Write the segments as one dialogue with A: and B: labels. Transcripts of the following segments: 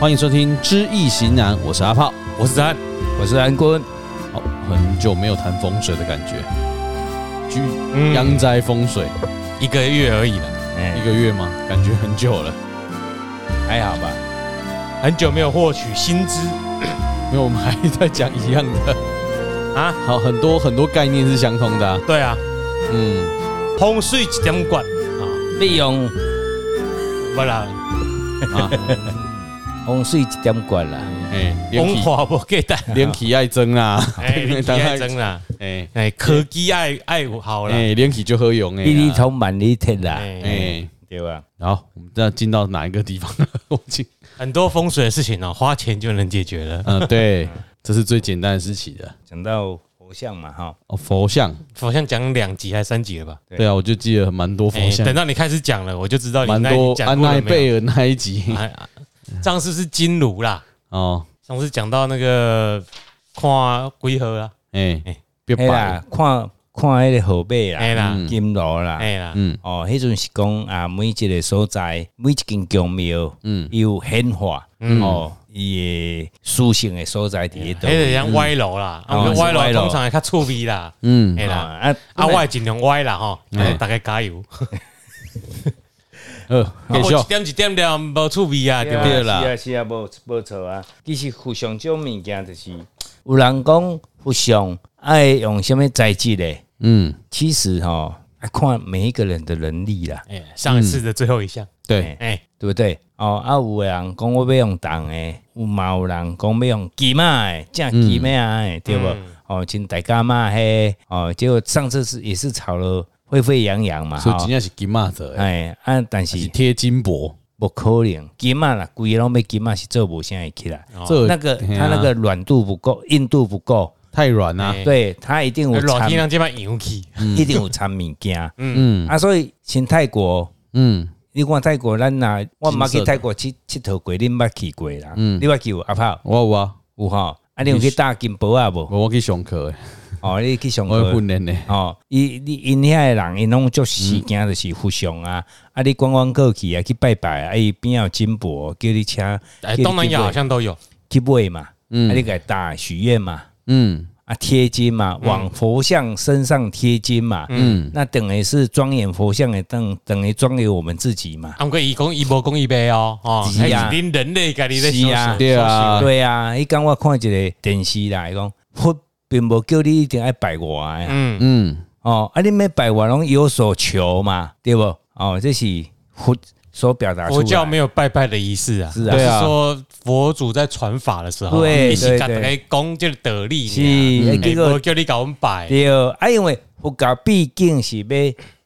A: 欢迎收听《知易行难》，我是阿炮，
B: 我是安，
C: 我是安坤，
A: 好，很久没有谈风水的感觉，居
B: 嗯
A: 阳宅风水、
B: 一个月而已了，
A: 一个月吗？感觉很久了，
B: 还好吧？很久没有获取薪 资
A: 因为我们还在讲一样的，
B: 啊？
A: 好，很多很多概念是相通的、啊，
B: 对啊，
A: 嗯，
B: 风水一点管啊，
C: 利用
B: 不啦，
A: 啊，
C: 风水一点管啦，
A: 哎、连
B: 风
A: 体
B: 化不给蛋，
A: 连体爱增啊，
B: 哎，你太真啦，
A: 哎
B: 哎，科技爱爱好啦，
A: 哎，连体就喝泳哎
C: 比你
A: 啊，
C: 头满你天啦，
B: 哎，
A: 哎，
C: 对啊吧？
A: 然后我们这进到哪一个地方了？我进，
B: 很多风水的事情哦，花钱就能解决了。
A: 嗯、对，这是最简单的事情了。
C: 讲到佛像嘛，哈，
A: 哦，佛像，
B: 好像讲两集还三集了吧？
C: 对
A: 对啊，我就记得蛮多佛
B: 哎，
A: 像
B: 等，到你开始讲了，我就知道你
A: 蛮
B: 那
A: 多
B: 讲
A: 安
B: 过
A: 奈
B: 了没有
A: 贝尔那一集
B: 哎 啊上次是金炉啦，
A: 哦，
B: 上次讲到那个看龟河啦，
A: 哎
B: 哎，
A: 别
C: 嘿
A: 摆
C: 啦，，看看迄个后背
B: 哎
C: 啦，
B: 啦，
A: 嗯
C: 金楼啦，
B: 哎啦，
A: 嗯
C: 哦，迄阵是讲啊，每一个所在，每一间宫庙，
A: 嗯，
C: 伊有变化，
B: 嗯
C: 哦，伊的属性的所在伫迄
B: 迄个
C: 度，
B: 像歪楼啦，啊，
C: 哦
B: 我们歪
C: 是歪
B: 楼
C: 楼
B: 通常会较趣味啦，
A: 嗯
B: 哎
C: 啊
B: 啦，
C: 啊
B: 啊，我会尽量歪啦吼，
C: 嗯
B: 啊
A: 哎
B: 大家加 油，
A: 呃，
B: 我
A: 继续
B: 一，点一点了，无趣味啊，对吧？
A: 对啦
C: 是啊是啊，无无错啊。其实佛像这种物件就是，有人讲佛像爱用什么材质嘞？
A: 嗯，
C: 其实吼、要看每一个人的能力啦，
B: 哎，上一次的最后一项，
A: 对，
B: 哎，
C: 对不对？哦，啊，有的人讲我要用铜的，有嘛有人讲要用金嘛的，正金嘛的，啊
A: 嗯
C: 对不？哦，像大家嘛嘿，哦，结果上次是也是吵了沸沸扬扬嘛，
A: 所以真
C: 哦
A: 正是金马子，
C: 哎，啊，但
A: 是
C: 是
A: 贴金箔，
C: 不可能，金嘛啦，规个拢要金嘛是做无啥会起来。
A: 这
C: 那个
A: 嘿
C: 它
A: 啊
C: 那个软度不够，硬度不够，
A: 太软啊啦，
B: 哎
C: 啊对，它一定有
B: 老
C: 掺
B: 天，让这边牛气，
C: 一定有掺物件。
A: 嗯
C: 啊，所以像泰国，
A: 嗯
C: 你看泰国，咱若我毋捌
A: 金色
C: 去
A: 的
C: 泰国去佚佗过，你毋捌去过啦？
A: 嗯
C: 你捌去有阿炮
A: 我有啊，
C: 有吼？啊，你有去搭金箔啊无？
A: 我我去上课的，
C: 哦，你去上
A: 我会
C: 课
A: 训练的，
C: 哦，伊你因遐诶人，因拢足时间就是互相啊，
A: 嗯
C: 啊，你观光过去啊，去拜拜啊，伊边仔有金箔，叫你请，
B: 哎，
C: 叫你
B: 东南亚
C: 去
B: 好
C: 买
B: 像都有，
C: 去买嘛，啊，你
A: 嗯
C: 给搭许愿嘛。
A: 嗯
C: 啊贴金嘛，往佛像身上贴金嘛，
A: 嗯，
C: 那等于是庄严佛像也等等于庄严我们自己嘛。
B: 啊，不过伊讲伊无讲伊白哦，哦，
C: 是
B: 还是
C: 啊
B: 恁人类家己在
C: 是啊
B: 收拾
A: 对啊，
C: 对啊，迄刚我看一个电视啦，伊讲佛并无叫你一定爱拜我诶，
B: 嗯，
A: 嗯
C: 哦，啊你要拜我拢有所求嘛，对不？哦，这是佛所表达出
B: 佛教
C: 来。
B: 没有拜拜的仪式啊，
C: 是
A: 对啊
C: 啊，
B: 是说佛祖在传法的时候，
C: 对
B: 伊是
C: 对
B: 甲大
C: 对
B: 家讲这个道理尔，
C: 是
B: 哎
C: 啊结果
B: 无叫你甲阮拜，
C: 对啊，因为佛教毕竟是要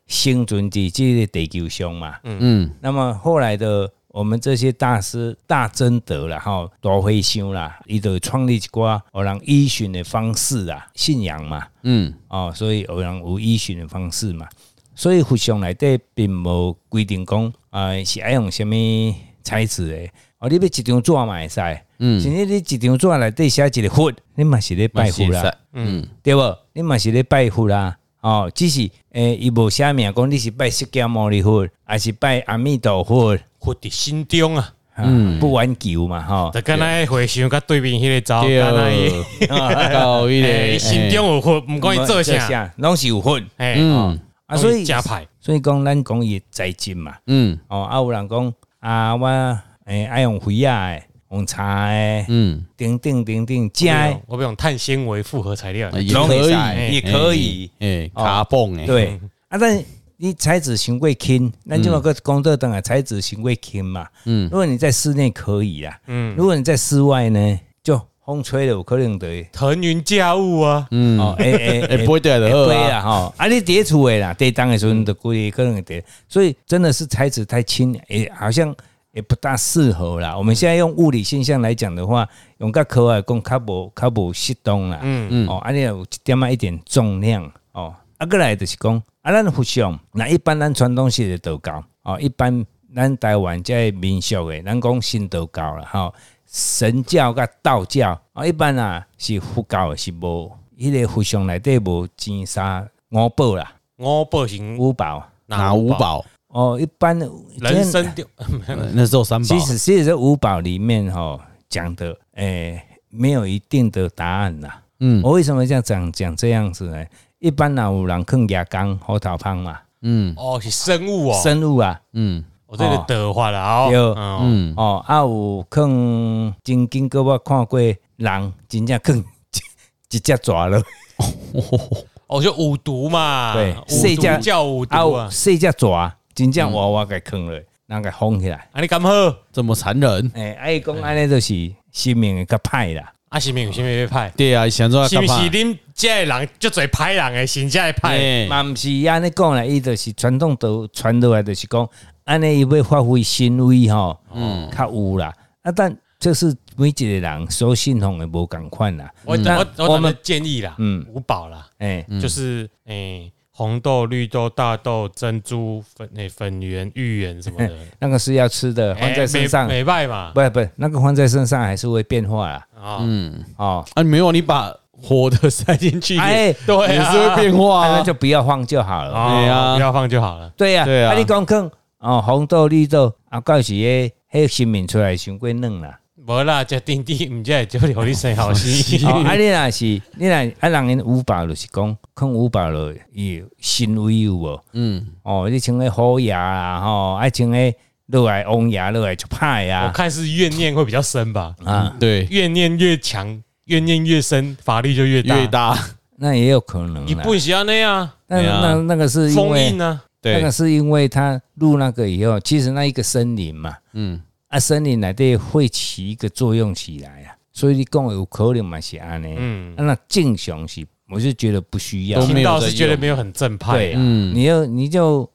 C: 生存伫即个地球上嘛，
A: 嗯
C: 那么后来的我们这些大师大真德啦，哈，大灰修啦，伊就创立一寡有人依循的方式啦，信仰嘛，
A: 嗯
C: 哦，所以有人有依循的方式嘛，所以佛像内底并无规定讲啊、呃是爱用什么材质的，哦，你要一张纸嘛会使，嗯，甚至你一张纸内底写一个佛，你嘛是咧拜佛
A: 嘛是会
C: 啦
A: 使，嗯
C: 对无？你嘛是咧拜佛啦，哦，只是诶，伊无写明讲你是拜释迦牟尼佛，还是拜阿弥陀佛，
B: 佛伫心中啊。
C: 嗯，不玩球嘛，吼，
B: 就敢若迄回想甲对面迄个走，
A: 对
B: 敢若伊，
A: 到一
C: 哎
A: 哎
B: 诶，
A: 个
B: 哎心中有佛，毋管伊做啥，，哎哦
C: 拢是有分
B: 诶，
A: 嗯
C: 啊，所以
B: 加派，
C: 所以讲咱讲伊的财进嘛，
A: 嗯
C: 哦，啊有人讲啊，我诶爱用肥啊的，用茶诶，
A: 嗯，
C: 等等等等，
B: 我
C: 食
B: 要
C: 诶
B: 用，我要用碳纤维复合材料，
A: 嗯也
C: 拢
A: 可
C: 会
A: 以
C: 使，也可以，哦
A: 哎，卡蹦哎，
C: 对，啊，但你材质行过轻，咱就个工作等啊，材质行过轻嘛，
A: 嗯
C: 如果你在室内可以啊，
B: 嗯，
C: 如果你在室外呢，就风吹了有可能得，
B: 腾云驾雾啊，
A: 嗯，
C: 哦，诶 诶
A: 哎，不会对的，
C: 对啦吼，啊你叠厝的啦，叠当的时候你就估计可能会叠，所以真的是材质太轻，也好像也不大适合啦。我们现在用物理现象来讲的话，用较科学讲较无较无适当啦。嗯嗯，哦，啊你有一点仔一点重量哦，啊过来就是讲啊咱佛像，那一般咱传统式的道教哦，一般咱台湾这个民俗的，咱讲新道哦教啦吼。神教甲道教啊，一般啊是佛教的是无，迄、迄个佛像内底无金沙五宝啦，
B: 五宝型
C: 五宝
A: 哪五？宝？呃
C: 哦，一般
B: 人生丢
A: 那时候三宝
C: 其，实其实这五宝里面哈、讲的，诶、没有一定的答案呐。
A: 嗯
C: 我、哦为什么这样讲讲这样子呢？一般呐，有人啃牙缸、核桃胖嘛，
A: 嗯
B: 哦是生物哦，
C: 生物啊，
A: 嗯
B: 我这个德化了哦，
C: 对
B: 嗯，
A: 嗯，
C: 哦，啊有啃曾经个我看过人真正啃 一只蛇了，
B: 哦就五毒嘛，
C: 对世
B: 五
C: 界
B: 毒叫五
C: 啊
B: 毒
C: 有
B: 啊，
C: 四只蛇真正娃娃给啃了，人给封起来。
B: 啊你敢喝？
A: 这么残忍？
C: 诶、啊伊讲安尼就是生命的较歹啦。
B: 啊是咪有啥物要派？
A: 对啊，想做
B: 是
A: 干
B: 不是
A: 嘛？
B: 恁这的人就最歹人诶，先这歹？
A: 哎，
C: 嘛毋是安尼讲啦，伊就是传统都传落来，就是讲安尼伊要发挥新威吼，嗯，较有啦。啊，但这是每一个人所信奉的无共款啦。
B: 我
C: 但
B: 我我
C: 我
B: 们
C: 们
B: 建议啦，嗯
C: 嗯，
B: 五宝啦，
C: 诶，
B: 就是诶、红豆、绿豆、大豆、珍珠、粉诶、粉圆、芋圆什么的，
C: 那个是要吃
B: 哎
C: 的， 放在身上，
B: 美拜嘛。
C: 不不，那个放在身上还是会变化啦。
B: 啊，
C: 哦，
A: 啊，没有，你把活的塞进去，也
C: 哎，
B: 对
A: 也
B: 啊，
A: 是会变化
C: 那
A: 啊。
C: 就不要放就好了。
B: 哦
A: 对啊
B: 不要放就好了。
C: 对呀，
A: 对啊
C: 啊，你讲讲哦，红豆、绿豆啊，到时迄迄新面出来伤过嫩啦。
B: 无啦，食丁丁，毋才会少互你生好心。
C: 哦，啊，你若是你若啊，人因五宝就是讲，看五宝了，伊有神威有无？
A: 嗯，
C: 哦，你穿个虎牙啦，吼，啊穿个落来王牙落来就歹
B: 我
C: 啊，
B: 看是怨念会比较深吧，
C: 啊，
A: 对，
B: 怨念越强，怨念越深，法力就越大。
A: 越大，
C: 那也有可能
B: 你
C: 啦。
B: 不喜欢那样啊，
C: 那
A: 对啊
C: 那那个是因
B: 封
C: 为
B: 印啊，
C: 那
A: 对
C: 个，是因为他入那个以后，其实那一个森林嘛，
A: 嗯，
C: 啊森林内底会起一个作用起来啊，所以你讲的有可能嘛是安尼，
B: 嗯
C: 啊，那正常是我就觉得不需要
A: 都。没
B: 听
A: 有
B: 到
A: 在
B: 是觉得
A: 用
B: 没有很正派
C: 对，
B: 啊。
A: 嗯
C: 你要你就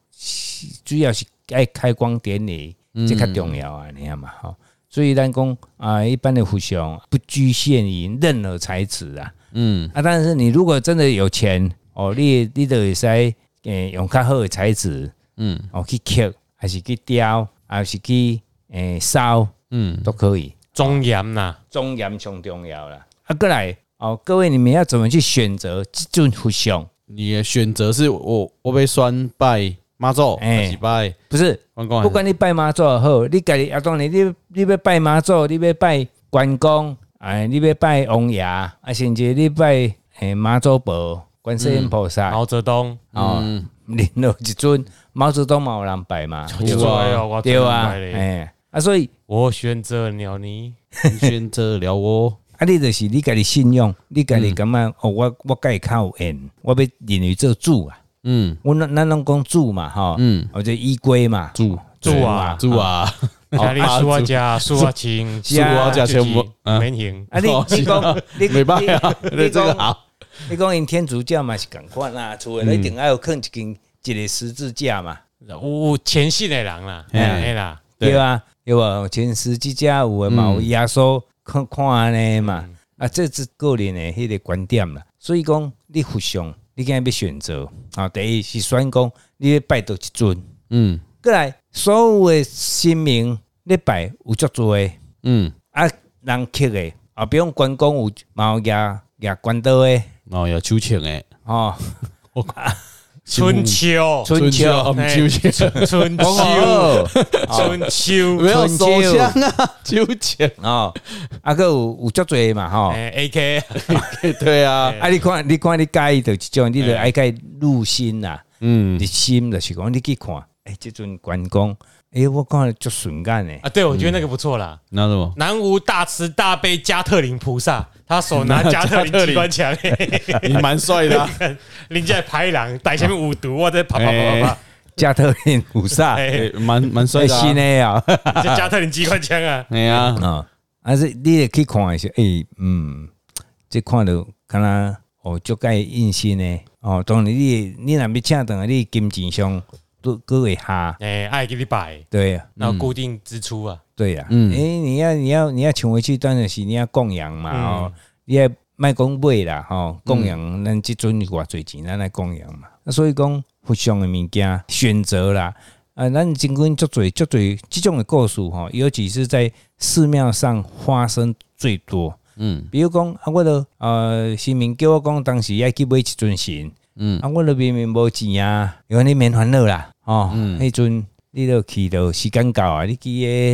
C: 主要是爱开光典礼，
A: 嗯
C: 这较重要啊，你看嘛，吼。所以咱讲啊，一般的佛像不局限于任何材质啊，
A: 嗯，
C: 啊，但是你如果真的有钱哦，你你就会使诶用较好的材质，
A: 嗯，
C: 哦去刻，还是去雕，还是去诶烧，
A: 嗯，
C: 都可以。
B: 忠言呐，
C: 庄严上重要啦。啊，过来哦，各位你们要怎么去选择这尊佛像？
A: 你的选择是我我被酸拜妈祖，
C: 哎
A: 还是拜
C: 不是
A: 关公，
C: 不管你拜妈祖也好，你家己啊，当然你你要拜妈祖，你要拜关公，哎，你要拜王爷，啊，甚至你拜哎妈祖婆、观世
A: 嗯
C: 音菩萨，
B: 毛泽东，
C: 哦， 然后一尊毛泽东嘛有人拜嘛，
B: 你
A: 有
B: 做
A: 啊
B: 哎呦我
C: 对
B: 真
C: 啊，
B: 明白嘞
C: 哎啊，所以
B: 我选择了你，
A: 你选择了哦我，
C: 啊，你就是你家己信用，你家己感觉哦，我我家己较有缘，我要认为做主啊，
A: 嗯
C: 我咱咱拢讲主嘛，吼，
A: 嗯，
C: 或者依归嘛，
A: 住
B: 主啊
A: 住啊，
B: 家里
A: 啊
B: 输啊家，输啊亲，
C: 是啊
B: 输
A: 自己嗯
B: 没赢，
C: 啊，你
A: 哦
C: 你
A: 是啊
C: 讲你
A: 没拜啊，
C: 你
A: 对
C: 你
A: 这个
C: 讲
A: 好，
C: 你讲因天主教嘛是共款啊，厝内一定要有囥一间一个十字架嘛，
B: 有有前信的人啦，
A: 嘿
B: 哎啦，
A: 对
C: 对吧？对吧？前十字架有诶嘛，有耶稣看看安尼嘛，啊，这是个人诶迄个观点啦。所以讲，你互相，你今要选择啊，第一是选讲你要拜倒一尊，
A: 嗯
C: 过来所有诶神明，你拜有足多诶
A: 嗯，
C: 啊，人刻诶啊，比如关公有嘛有耶耶关刀诶，
A: 然后要秋千诶，
C: 哦，
B: 春秋，
C: 春秋
A: 秋哦
B: 嘿
A: 秋千，
B: 春
C: 讲
B: 秋，
C: 好
B: 春秋
A: 没有
C: 春
A: 手
C: 秋
A: 枪啊，秋千，
C: 哦，啊，个有有足多嘛吼。
B: ，A K，
A: 对啊，
C: 啊，你看，你看，你介意就一种，你就爱介入心啦，
A: 嗯
C: 入心就是讲你去看，哎，即阵关公，哎，我看了足顺眼诶，
B: 啊，对，我觉得那个不错啦。
A: 那什么？
B: 南无大慈大悲加特林菩萨，他手拿加特林机关枪，
A: 你蛮帅的啊，
B: 人家排狼，带前面五毒，我在啪啪啪啪
C: 加特林菩萨， 哎，
A: 哎蛮蛮帅的啊，
C: 新诶啊，
B: 啪，这加特林机关枪啊，
A: 哎呀，
C: 啊，啊，是你也去看一下，哎，嗯，这看到敢若哦，足介印心诶，哦，当然你你若要请等你金钱上都各会下，
B: 哎，爱给你摆，
C: 对啊呀，
B: 然后固定支出啊，
C: 对呀，
A: 嗯
C: 嗯，哎，你要你要你要请回去，当然是你要供养嘛，哦，你也卖讲买啦，吼，供养咱即阵偌侪钱，咱来供养嘛。啊，所以讲互相的物件选择啦，啊，咱真近足侪足侪即种的故事吼，尤其是在寺庙上发生最多。
A: 嗯
C: 比如讲，啊，我都呃，新民叫我讲，当时要去买一尊神，
A: 嗯
C: 啊，我都明明无钱啊，因为你免烦恼啦，哦，迄阵你都去到时间到啊，你去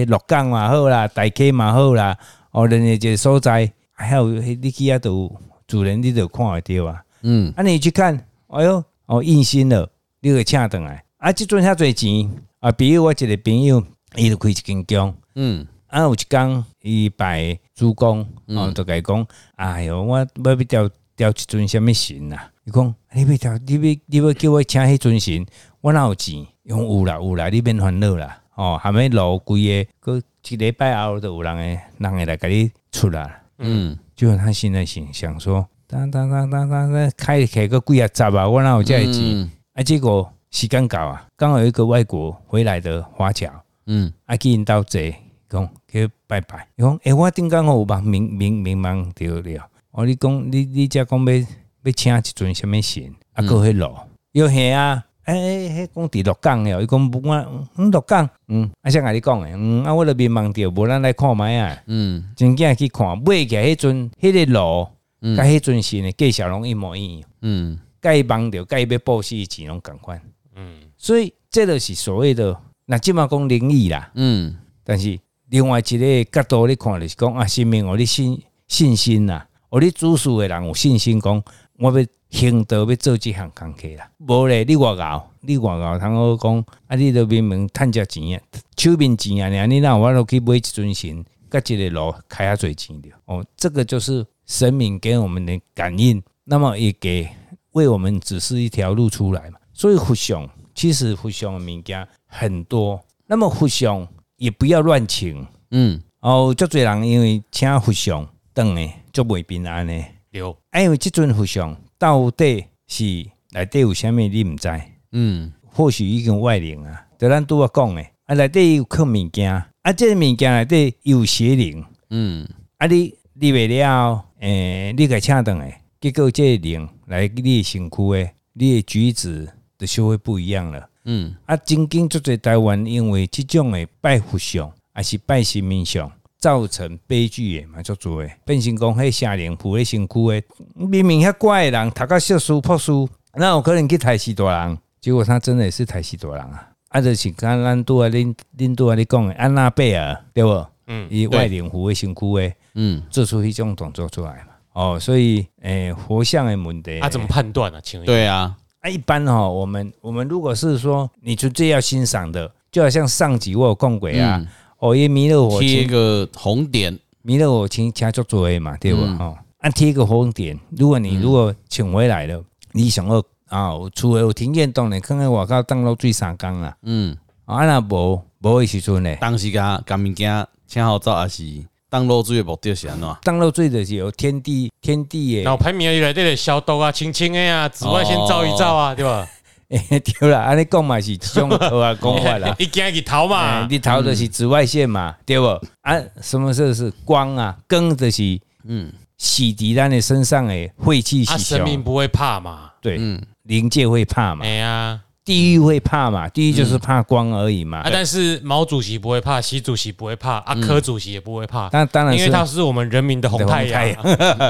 C: 个洛港嘛好啦，大溪嘛好啦，哦，人家一个所在，还有迄你去遐都主人你都看会着啊，
A: 嗯，
C: 啊，你去看，哎哟，哦，印心了，你就请倒来，啊，即阵遐侪钱啊，比如我一个朋友，伊就开一间姜。
A: 嗯
C: 啊，有一工伊拜主公，哦，就甲伊讲，哎哟，我要要调调一尊什物神啊？伊讲，你要调，你要你要叫我请迄尊神，我哪有钱？伊讲有啦有啦，你免烦恼啦。哦，含迄路规个，过一礼拜后就有人会人会来甲你出啦。
A: 嗯
C: 就他现在想想说，当当当当当当，开开个几啊十啊，我哪有遮个钱？
A: 嗯
C: 啊，结果时间到啊，刚好有一个外国回来的华侨，
A: 嗯
C: 啊，去因兜坐，讲去拜拜。伊讲，诶、欸我顶工吼有茫明明明茫着了。哦，你讲你你遮讲要要请一尊什物神？啊，过迄路，哟嘿啊！诶、迄讲伫洛港了，伊讲我嗯洛港，嗯，啊，像甲你讲诶，嗯，啊，我都迷茫着，无咱来看卖啊，
A: 嗯
C: 真正去看，买起来迄阵，迄、个路，
A: 嗯
C: 甲迄阵神诶介绍拢一模一样，
A: 嗯
C: 甲伊茫着，甲伊要报死的钱拢共款，
B: 嗯，
C: 所以这就是所谓的，若即嘛讲灵异啦，
A: 嗯
C: 但是另外一个角度你看就是讲啊，生命哦，你信信心啦、哦，你主事的人有信心讲，我要行道要做即项工课啦。无咧，你外敖，你外敖通好讲啊，你都明明趁遮钱啊，手面钱啊，尔你哪有法度去买一尊神，甲一个路开啊侪钱着。哦，这个就是神明给我们的感应，那么也给为我们指示一条路出来嘛。所以佛像，其实佛像的物件很多，那么佛像也不要乱请
A: 嗯
C: 哦。足侪人因为请佛像，等诶足袂平安诶。
B: 有
C: 啊因为即阵佛像到底是内底有啥物，你毋知，
A: 嗯
C: 或许已经有外灵啊。就咱拄啊讲诶，啊内底有藏物件，啊即、个物件内底有邪灵，
A: 嗯
C: 啊你你袂了，诶、你甲请倒来，结果即个灵来你的身躯诶，你的举止就稍微不一样了。
A: 嗯
C: 啊，真经足侪台湾因为即种诶拜佛像，还是拜神明像，造成悲剧诶嘛足侪诶。变成讲迄下灵附咧身躯诶，明明遐怪诶人，读到硕士博士，那有可能去台死大人，结果他真的是台死大人啊！啊，就是敢咱拄啊恁恁拄啊咧讲诶，安娜贝尔对无？
B: 嗯
C: 伊外灵附咧身躯诶，
A: 嗯
C: 做出迄种动作出来嘛。哦，所以诶、佛像诶问题，
B: 啊，怎么判断啊？请问，
A: 对啊，
C: 啊，一般哈、我们我们如果是说你纯粹要欣赏的，就好像上集我有讲过啊，
A: 嗯
C: 哦，因为弥勒佛
A: 贴
C: 请
A: 个红点，
C: 弥勒佛请请足多的嘛，对不？
A: 嗯
C: 哦，按贴一个红点，如果你如果请回来了，你想要啊，有厝的有庭院当然，看看外口当落水三工啦，
A: 嗯，
C: 啊若无无的时阵呢，
A: 当时甲甲物件请好走也是当落水的目的是安怎？
C: 当落水就是有天地天地
B: 然
C: 的，
B: 后排名以来这个消毒啊、清清的啊，紫外线照一照
C: 哦
B: 啊，对吧？。
C: 欸、 对啦，安尼讲嘛是一种 好啊讲法啦
B: 一惊一逃
C: 哎
B: 嘛，
C: 你逃的是紫外线嘛，
B: 嗯
C: 对不？啊，什么这是光啊？光的是
A: 嗯
C: 洗涤咱的身上的晦气
B: 啊，
C: 洗
B: 神明
C: 消，
B: 不会怕嘛，
C: 对，
A: 嗯
C: 灵界会怕嘛
B: 哎，呀，
C: 地狱会怕嘛，地狱就是怕光而已嘛
B: 啊，。但是毛主席不会怕，习主席不会怕，啊，柯主席也不会怕，
C: 嗯当当然
B: 因为
C: 是
B: 他是我们人民的红太阳啊，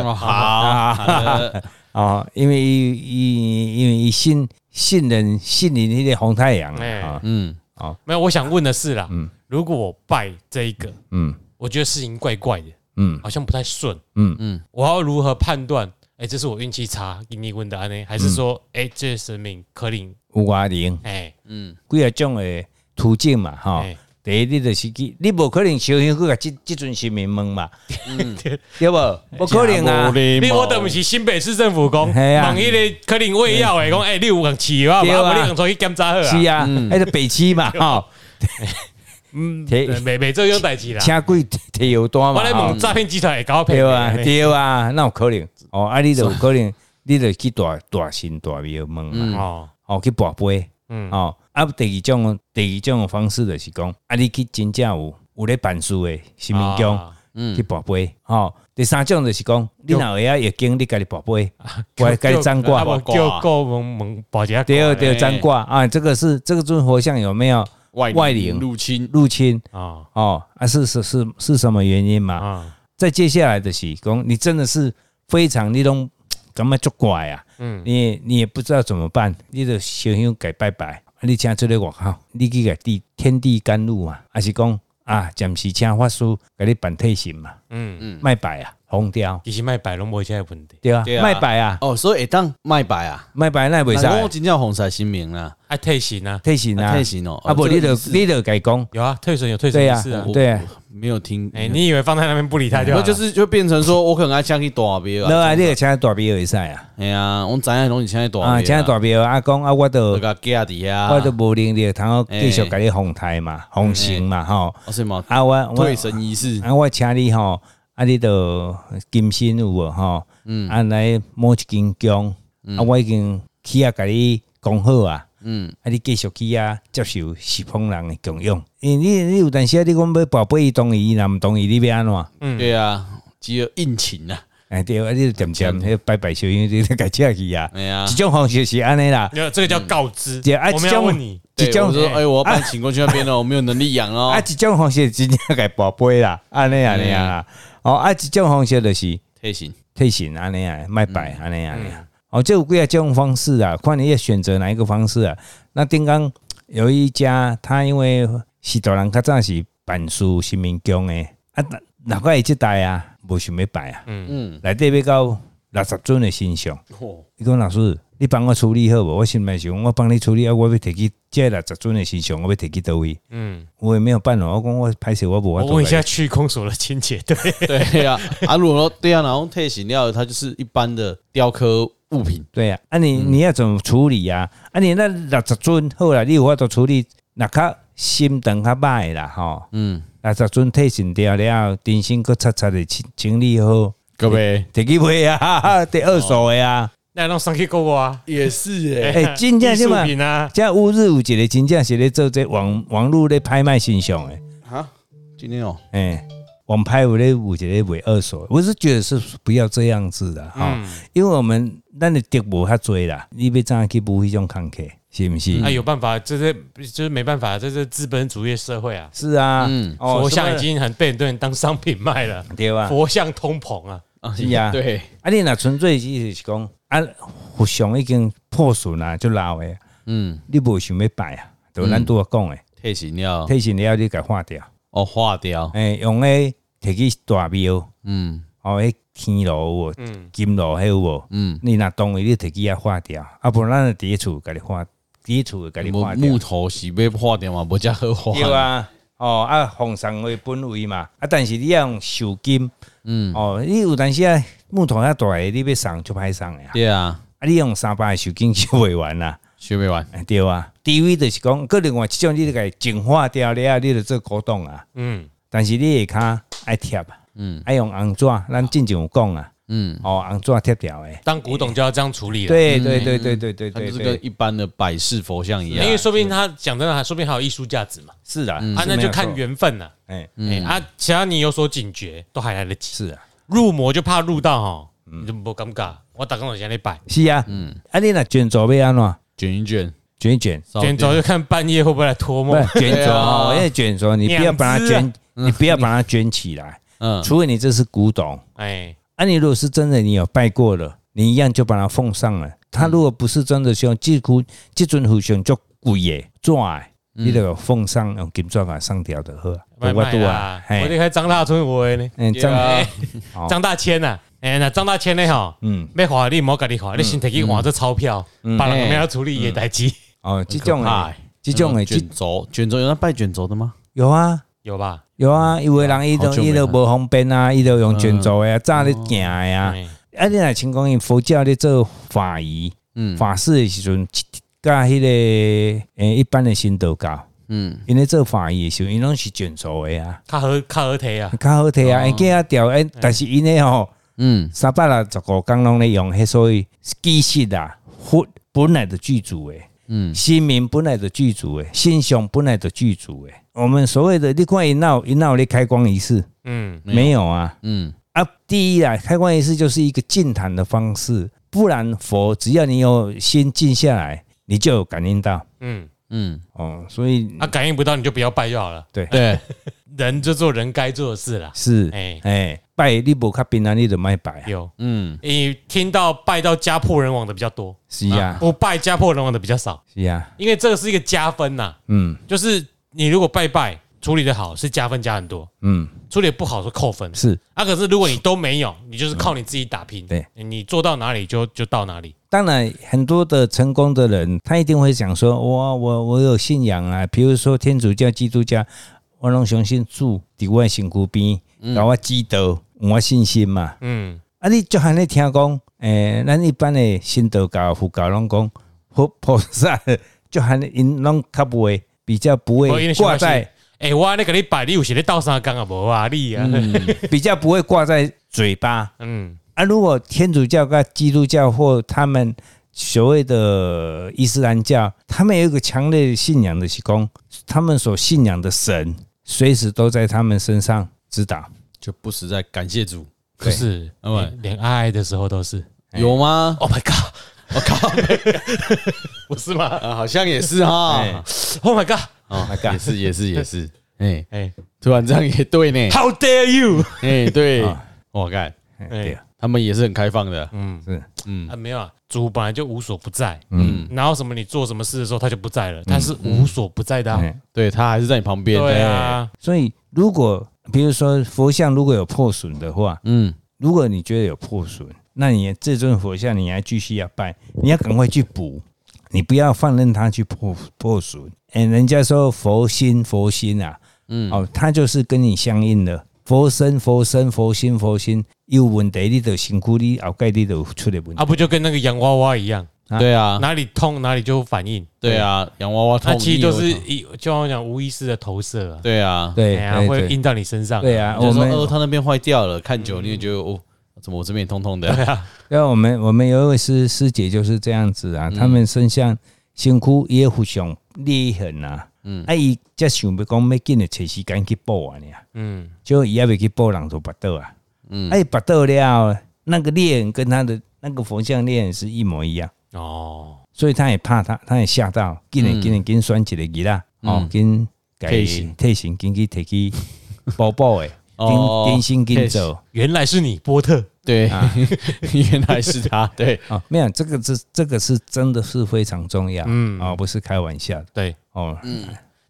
A: 哦好，好的
C: 哦，因为伊因为伊信信任信任那个红太阳
B: 哎
C: 啊，
A: 嗯
B: 没有，我想问的是啦，如果我拜这一个，
C: 嗯
B: 我觉得事情怪怪的，
C: 嗯
B: 好像不太顺，
C: 嗯
A: 嗯
B: 我要如何判断？哎，这是我运气差，给你问的安呢，还是说，
C: 嗯
B: 哎，这是神明可能，
C: 有外灵，
B: 哎，
A: 嗯
C: 几啊种的途径嘛，哈
B: 哎。
C: 第一，你就是去，你无可能小心去甲即即啊阵是民问嘛，
B: 嗯
C: 对无？ 无可能啊！
B: 你我等不是新北市政府讲，
C: 嘿啊
B: 万一咧可能胃药诶，讲哎，你有人饲啊，
C: 对啊
B: 啊，无你人出去检查好
C: 是
B: 啊，
C: 啊，迄个北 区嘛，吼，
B: 嗯，
C: 提
B: 没没这种代志啦。
C: 请贵 提油单
B: 我
C: 嘛，
B: 来
C: 吼
B: 问诈骗集团会搞骗
C: 对啊，
B: 的，
C: 对啊，那有可能哦，啊，你就有可能，你就去大大神大庙问嘛，
B: 哦，
C: 哦，去跋杯，
B: 嗯
C: 哦，啊，第二种，第二种的方式就是讲，啊，你去真正有有咧办事的新民宫
B: 啊
A: 嗯
C: 去跋杯，哦，第三种就是讲，你若会晓易经，你家己跋杯，我家己占
B: 啊
C: 卦，
B: 不哦
A: 挂
B: 叫够蒙蒙保洁，
C: 对
A: 哎
C: 对，占卦啊，这个是这个尊佛像有没有
A: 外
C: 外
A: 灵
C: 灵
A: 入侵，
C: 入侵？哦
B: 啊
C: 哦，啊是是是是什么原因嘛？
B: 啊，
C: 再接下来的是讲，你真的是非常你拢感觉作怪啊，嗯，你也你也不知道怎么办，你就想想改拜拜，啊你请出来外口，你去给地天地甘露嘛，还是讲啊，暂时请法师给你办退行嘛，嗯嗯，卖拜啊，红掉，
B: 其实卖白龙无这个问题，
C: 对啊
A: 对，啊
C: 卖拜啊，
A: 哦，所以会当卖白啊，
C: 卖拜那袂
A: 但讲我
C: 使
A: 真正红晒新名啦，
B: 啊退行啊，
C: 退行啊，
A: 啊退行哦
C: 啊
A: 哦
C: 不，
A: 这个
C: 你就
A: 意思
C: 你就改讲，
B: 有啊，退损有退损
C: 对
B: 的
C: 啊
B: 事啊。
A: 我
C: 对啊
A: 我没有听，
B: 哎，你以为放在那边不理他就
A: 我
B: 好了？
A: 就是就变成说我可能爱请去大庙
C: 那
A: 啊，
C: 啊，你就请大庙会使啊，
A: 哎呀，我知影拢是请去大庙
C: 啊，请大庙啊，讲啊，我都
A: 那。个啊哎架底下，
C: 我都无能力，通好继续甲你奉台嘛，奉行嘛，吼。
A: 我是哦嘛
C: 啊，我我
A: 哎退神仪式，
C: 啊，我请你吼，啊，你都金身有无吼？
A: 嗯
C: 啊，来摸一根姜，啊，我已经起啊，甲你讲好啊。
A: 嗯，
C: 啊，你继续去啊，接受西方人的供养。因为你你有当时啊，你讲要宝贝伊同意，伊若毋同意，你要安怎？
A: 对啊，只有殷勤啊，
C: 哎，对，啊，你就渐渐迄拜拜小因，你就家请去啊。
A: 哎呀
C: 即，种方式是安尼啦，
B: 没有这个叫告知
C: 对啊，
B: 我
C: 这
B: 们要
C: 种
B: 问你，
C: 这
A: 对
C: 种
A: 我说哎，我要搬请过去那边了，我没有能力养哦
C: 啊，一，种方式真正该宝贝啦，安尼安尼啊啦，
A: 嗯
C: 哦，啊，一种方式就是
A: 退行，
C: 退行安尼啊，卖
A: 嗯
C: 摆安尼啊，安尼啊哦，这有几啊种方式啊，看你要选择哪一个方式啊。那丁刚有一家，他因为是大人较早是办事新民宫的啊，哪怪伊即代啊，无想要摆啊，
A: 嗯，
C: 内底要到六十尊的形象。
A: 哦，
C: 伊讲老师，你帮我处理好无？我心内想，我帮你处理啊，我要摕去这六十尊的形象，我要摕去倒位。
B: 嗯，
C: 我也没有办法，我讲我拍摄我无法
B: 我
C: 度
B: 问一
C: 来
B: 下去空所的清洁队，
A: 对呀，啊，如果说对啊，然后退行料，它就是一般的雕刻物品，
C: 对呀、啊，你你要怎么处理呀、啊？你那六十尊好啦，你有法度处理，那较心肠较歹的啦吼。
A: 嗯，
C: 六十尊退行掉了后，重新搁擦擦的清清理好，
A: 各位
C: 摕去卖啊， 摕二手的啊。
B: 那让上去购过啊，
A: 也是哎，
C: 哎、真正
B: 哦 艺
C: 是
B: 术
C: 嘛？
B: 品啊，
C: 这乌日有一个真正是咧做这网网络咧拍卖形象的，
A: 啊，今天哦，
C: 哎、网拍有咧有一个卖二手的，我是觉得是不要这样子的哈。
B: 嗯，
C: 因为我们咱的敌无较多啦，你要怎样去补迄种空客，是毋是？
B: 啊，有办法，这是就是没办法，这是资本主义社会啊，
C: 是啊，
A: 嗯
C: 哦
B: 佛像已哦
C: 什
B: 经很被很多人当商品卖了，
C: 么对啊，
B: 佛像通膨啊，
A: 啊
C: 是 啊
A: 对，
C: 啊，你若纯粹意思是讲啊，佛像已经破损啦，就老诶，
A: 嗯，
C: 你无想要拜啊，就
B: 嗯
C: 咱拄啊讲诶，
A: 退行
B: 哦
A: 料，
C: 提醒了你甲化掉，
A: 哦，化掉，
C: 诶、用诶摕去大庙，
A: 嗯
C: 哦，迄天炉有无，
B: 嗯
C: 金炉迄有无？
A: 嗯，
C: 你若当为你摕去遐化掉，啊，不然咱就伫厝甲你化，伫厝甲你
A: 木
C: 化掉。
A: 木头是被化掉嘛，不加好化，
C: 对，啊，哦啊，奉上为本位嘛，啊，但是你要用手金，
A: 嗯，
C: 哦，你有当时啊，木头遐大诶，你要送就歹送诶啊，
A: 对啊，
C: 啊，你用三百诶手金收袂完啦、
A: 学没完，
C: 哎对啊，低位就是讲，个另外一种你就给净化掉了，你就做古董啊，
B: 嗯，
C: 但是你下骹爱贴啊，
A: 嗯
C: 爱用红纸，咱之前有讲啊，
A: 嗯，
C: 哦，红纸贴掉诶，
B: 当古董就要这样处理了，
C: 对啊嗯对对对对对
A: 它
C: 对
A: 就是
C: 对啊
A: 跟，一般的摆饰佛像一
B: 因为
A: 样，
B: 说不定他讲真的，说不定还有艺术价值嘛，
C: 是啦，
B: 啊，
C: 嗯是
B: 那
C: 没
B: 就
C: 有错
B: 看，缘分呐，
C: 哎，
B: 哎，啊，只要你有所警觉，都还来得及，
C: 是啊。嗯
B: 入魔就怕入到哦，你就不尴尬，我打工我先来摆，
C: 是啊，嗯，啊，你若卷轴要安怎
A: 卷一卷，
C: 卷一卷？
A: 烧
B: 卷
A: 掉
B: 轴就看半夜会不会来托
C: 不
B: 梦
C: 是，卷
A: 对
C: 轴
A: 啊
C: 哦，因为卷轴你不要把它
B: 两啊
C: 卷，你不要把它卷起来，
A: 嗯，
C: 除非你这是古董。
B: 哎，
C: 啊，你如果是真的，你有拜过了，你一样就把它奉上了。他如果不是真的像这股这尊佛像足贵的纸的，
A: 嗯
C: 你就有奉上用金纸把它上掉就好了。
B: 卖
A: 啊
C: 我啊
B: 卖啦，我离
C: 嘿，
B: 开张大春我的呢。
C: 嗯，
A: 对
C: 这
A: 啊
C: 样，哦
B: 张大千呐，哎，那张大千呢吼，
C: 嗯，
B: 要花你莫甲你花，你先摕去换这钞票，把人没有处理也代志，
C: 哦，这种
A: 很可怕
C: 的
A: 欸，
C: 这种的，
A: 那
C: 这
A: 卷轴，卷轴有人拜卷轴的吗？
C: 有啊。
B: 有吧？
C: 有啊，有的人伊
A: 好
C: 都
A: 久
C: 伊
A: 没
C: 都
A: 看
C: 无方便啊，伊都
A: 嗯
C: 用卷轴的啊，早咧行的啊。
B: 哎
C: 啊，你若像讲因佛教咧做法仪，
A: 嗯
C: 法事的时阵，甲迄、个诶、一般的神道教，
A: 嗯，
C: 因咧做法仪的时阵，因拢是卷轴的啊，
B: 较好较好提啊，
C: 较好摕
A: 哦
C: 啊，因计啊调，
A: 哎
C: 诶，但是因咧吼
A: 嗯
C: 三百六十五工拢咧用，迄所以其实啊，佛本来的剧组诶，
A: 嗯，
C: 神明本来的剧组诶，信仰本来的剧组诶，我们所谓的你看因闹因闹咧开光仪式
B: 嗯，
A: 没有
C: 没有啊？
A: 嗯
C: 啊，第一啊，开光仪式就是一个静谈的方式，不然佛只要你有心静下来，你就有感应到。
B: 嗯，
A: 嗯，
C: 哦，所以
B: 啊，感应不到你就不要拜就好了。
C: 对
A: 对，
B: 人就做人该做的事啦。
C: 是
B: 哎
C: 哎拜你不卡槟榔，你就卖拜啊，
B: 有，
A: 嗯，
B: 你听到拜到家破人亡的比较多，
C: 是呀
B: 不拜家破人亡的比较少，
C: 是呀，
B: 因为这个是一个加分呐、
C: 嗯
B: 就是你如果拜拜处理的好，是加分加很多；
C: 嗯
B: 处理得不好是扣分。
C: 是。
B: 啊，可是如果你都没有，你就是靠你自己打拼，
C: 对，
B: 你做到哪里就就到哪里。
C: 当然，很多的成功的人，他一定会想说：我我我有信仰啊，比如说天主教、基督教，我拢相信主伫我的身躯边，甲我指导，有我信心嘛。
B: 嗯，
C: 啊，你就喊你听讲，诶、咱一般的信道教、佛教拢讲佛菩萨，就喊因拢较不会比较不
B: 不哦因
C: 会
B: 为
C: 挂在
B: 是，哎，我那个你拜，你有时咧倒三缸啊，无啊，你啊，
C: 比较不会挂在嘴巴。
B: 嗯，
C: 啊，如果天主教跟基督教或他们所谓的伊斯兰教，他们有一个强烈的信仰的是公，他们所信仰的神随时都在他们身上指导。
A: 就不时在感谢主，
B: 不是，
A: 因
C: 啊
A: 为
B: 连连爱爱的时候都是。
A: 有吗？
B: Oh my god！我靠，不是吗
A: 啊，好像也是哈，
B: ？Oh my god！
A: 哦，也是也是也是，哎，
B: 哎
A: 突然这样也对呢，
B: ，How dare you！
A: 哎，对
C: 啊，
A: 我看
C: 哎对啊，
A: 他们也是很开放的，
B: 嗯
C: 是
A: 嗯
B: 啊，没有啊，主本来就无所不在，
A: 嗯，
B: 然后什么你做什么事的时候他就不在
C: 嗯
B: 了，他是无所不在的啊。
C: 哎
A: 对他还是在你旁边，哎
B: 对啊，
C: 所以如果比如说佛像如果有破损的话，
A: 对，嗯，
C: 如果你觉得有破损，那你这尊佛像你还继续要拜，你要赶快去补，你不要放任它去破破损。哎、人家说佛心佛心啊，嗯，哦，它就是跟你相应的佛身佛身佛心佛心，有问题你的辛苦你后盖你就出了问题。
B: 啊不就跟那个洋娃娃一样，
C: 啊
A: 对啊，
B: 哪里痛哪里就反应。
A: 对啊，洋娃娃
B: 它
A: 痛，
B: 其实都是
A: 你也会痛
B: 一，就像我讲无意识的投射啊，
A: 对啊，
C: 对
B: 哎呀，
C: 对
B: 会
C: 对
B: 印到你身上。
C: 对，啊，我
A: 就说
C: 们
A: 哦，他那边坏掉了，看久了你也觉得哦，怎么我这边也痛痛的？
C: 对啊，我们我们有一位师师姐就是这样子啊，他们身上辛苦也互相裂痕啊，嗯，啊伊才想要讲要紧的找时间去补啊，呀，
B: 嗯，
C: 就伊也未去补人就拔倒啊，嗯，哎拔倒了，那个裂痕跟他的那个佛像裂痕是一模一样，
B: 哦，
C: 所以他也怕他，他也吓到，紧的紧的紧选一个伊啦，哦，紧
A: 退行
C: 退行紧去摕去补补的，
A: 哦
C: 紧点心紧
A: 退行
C: 走。
B: 原来是你波特，
A: 对， 原来是他，对，
C: 啊、没有，这个是这个是真的是非常重要，嗯
B: 嗯
C: 啊、不是开玩笑的
B: 对，
C: 哦，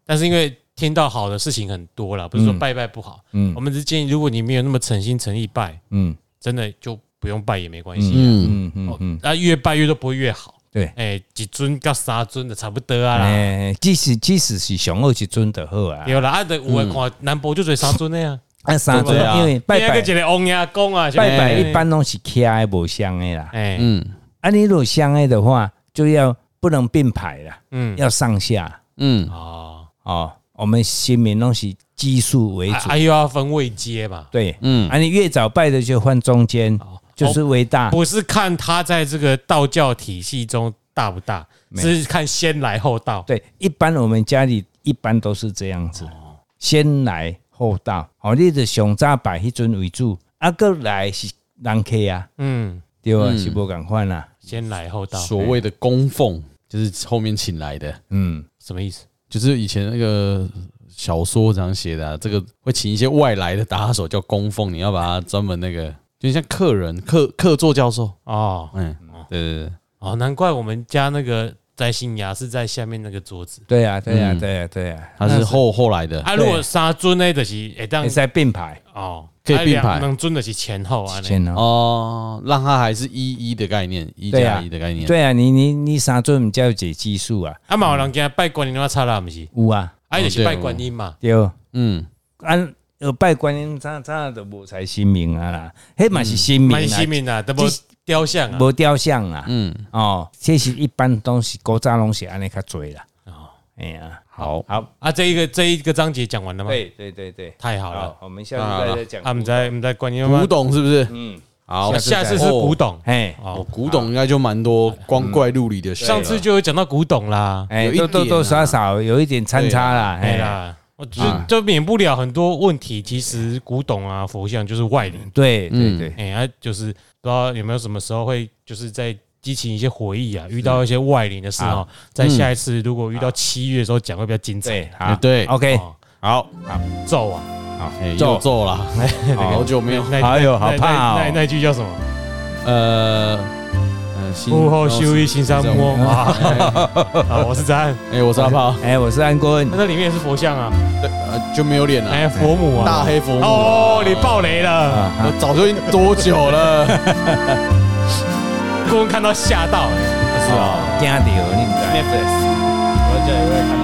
B: 但是因为听到好的事情很多啦，不是说拜拜不好，
C: 嗯
B: 我们只是建议，如果你没有那么诚心诚意拜，
C: 嗯
B: 真的就不用拜也没关系。
A: 嗯，
C: 嗯嗯
B: 哦
C: 嗯，
B: 那越拜越都不会越好。
C: 对，
B: 哎，几尊到三尊的差不多啊啦。
C: 哎、即使即使是上好是尊的好啊，
B: 对啦，啊，有的看南部就做三尊的呀，
C: 啊三尊
A: 对，啊
C: 因为 拜
B: 另外
C: 拜
B: 还有一个王爷公啊，
C: 拜拜
B: 什么的
C: 一，般拢是徛的无香的啦，
B: 哎，
A: 嗯
C: 啊你如果香的的话，就要不能并排啦，
B: 嗯，
C: 要上下
A: 嗯，
B: 哦，
C: 哦，我们新民拢是奇数为主，
B: 啊，啊又要分位阶嘛，
C: 对，
A: 嗯
C: 啊你越早拜的就换中间，
B: 哦
C: 就是为大，
B: 不是看他在这个道教体系中大不大，
C: 没有
B: 是看先来后到。
C: 对，一般我们家里一般都是这样子，
A: 哦
C: 先来后到。哦，你的上早摆迄阵为主，啊，过来是人客啊，
B: 嗯，
C: 对啊，
A: 嗯
C: 是无共款啦。
B: 先来后到，
A: 所谓的供奉就是后面请来的，
C: 嗯，
B: 什么意思？
A: 就是以前那个小说这样写的、啊，这个会请一些外来的打手叫供奉，你要把他专门那个，就像客人、客客座教授，
B: 哦
A: 嗯，对对对，
B: 哦，难怪我们家那个摘新芽是在下面那个桌子。
C: 对啊，对啊，
A: 嗯
C: 对啊，对啊，
A: 他是后后来的，
B: 啊，如果三尊呢，就是会当
C: 你在并排
B: 哦，
A: 可以并排
B: 能尊的是前后啊。
C: 先哦。
A: 哦，让他还是一一的概念，一
C: 对啊
A: 加一的概念，
C: 对啊，你你你三阵叫解基数啊，
B: 啊，嘛有人家拜观音那差啦，不是？
C: 有啊，
B: 啊，就是
A: 哦对
B: 拜观音嘛。
C: 对。
A: 嗯，
C: 按有拜观音，早早都无才神明啊啦，迄嘛是神明
B: 蛮
C: 啊
B: 惜，命啊，都无雕像啊。
C: 无雕像啊。
A: 嗯，
C: 哦，这是一般都是古早拢是安尼较侪啦。
B: 哦
C: 哎呀，
A: 好，
C: 好，
B: 啊，这一个这一个章节讲完了吗？
C: 对对对对，
B: 太好
C: 好
B: 了。，
C: 我们下次再再讲。
B: 啊，我们再我们再观音
A: 古
B: 吗？
A: 董是不是？
C: 嗯，
A: 好，
B: 下次是古董。
C: 哎
A: 哦，
B: 哦，
A: 古董应该就蛮多光怪陆离的事了。
B: 上次就有讲到古董啦。
C: 哎，
A: 有一
C: 多多
A: 点
C: 多
A: 啊
C: 少少有一点参差啦，
B: 哎
C: 哎呀，
B: 啦，我就就免不了很多问题。其实古董啊、佛像就是外灵，
C: 对对
A: 嗯
C: 对，
B: 哎、啊，就是不知道有没有什么时候会就是在激起一些回忆啊，遇到一些外灵的事哦，在下一次如果遇到七月的时候讲会比较精彩。
C: 对，好，
A: 哎对
C: ，OK，
B: 哦
C: 好，好，
B: 咒啊，
C: 好
A: 哎，，又
C: 做，
A: 做了， 好久没有
B: 那
C: 哎呦好
B: 那
C: 怕哦
B: 那那那句叫什么？
A: 呃呃，新
B: 幕后修一新三摸啊！好，我是张翰，
A: 哎，我是阿炮，
C: 哎，我是安坤
B: 那，那里面也是佛像啊，
A: 呃就没有脸了，
B: 哎，佛母啊，
A: 大黑佛母
B: 哦，你爆雷
C: 啊
B: 了，
A: 我 早就已经多久了？
B: 公公看到吓到。哎哦
A: 是啊。
C: 加油，你们。
A: Netflix，我这里会看到。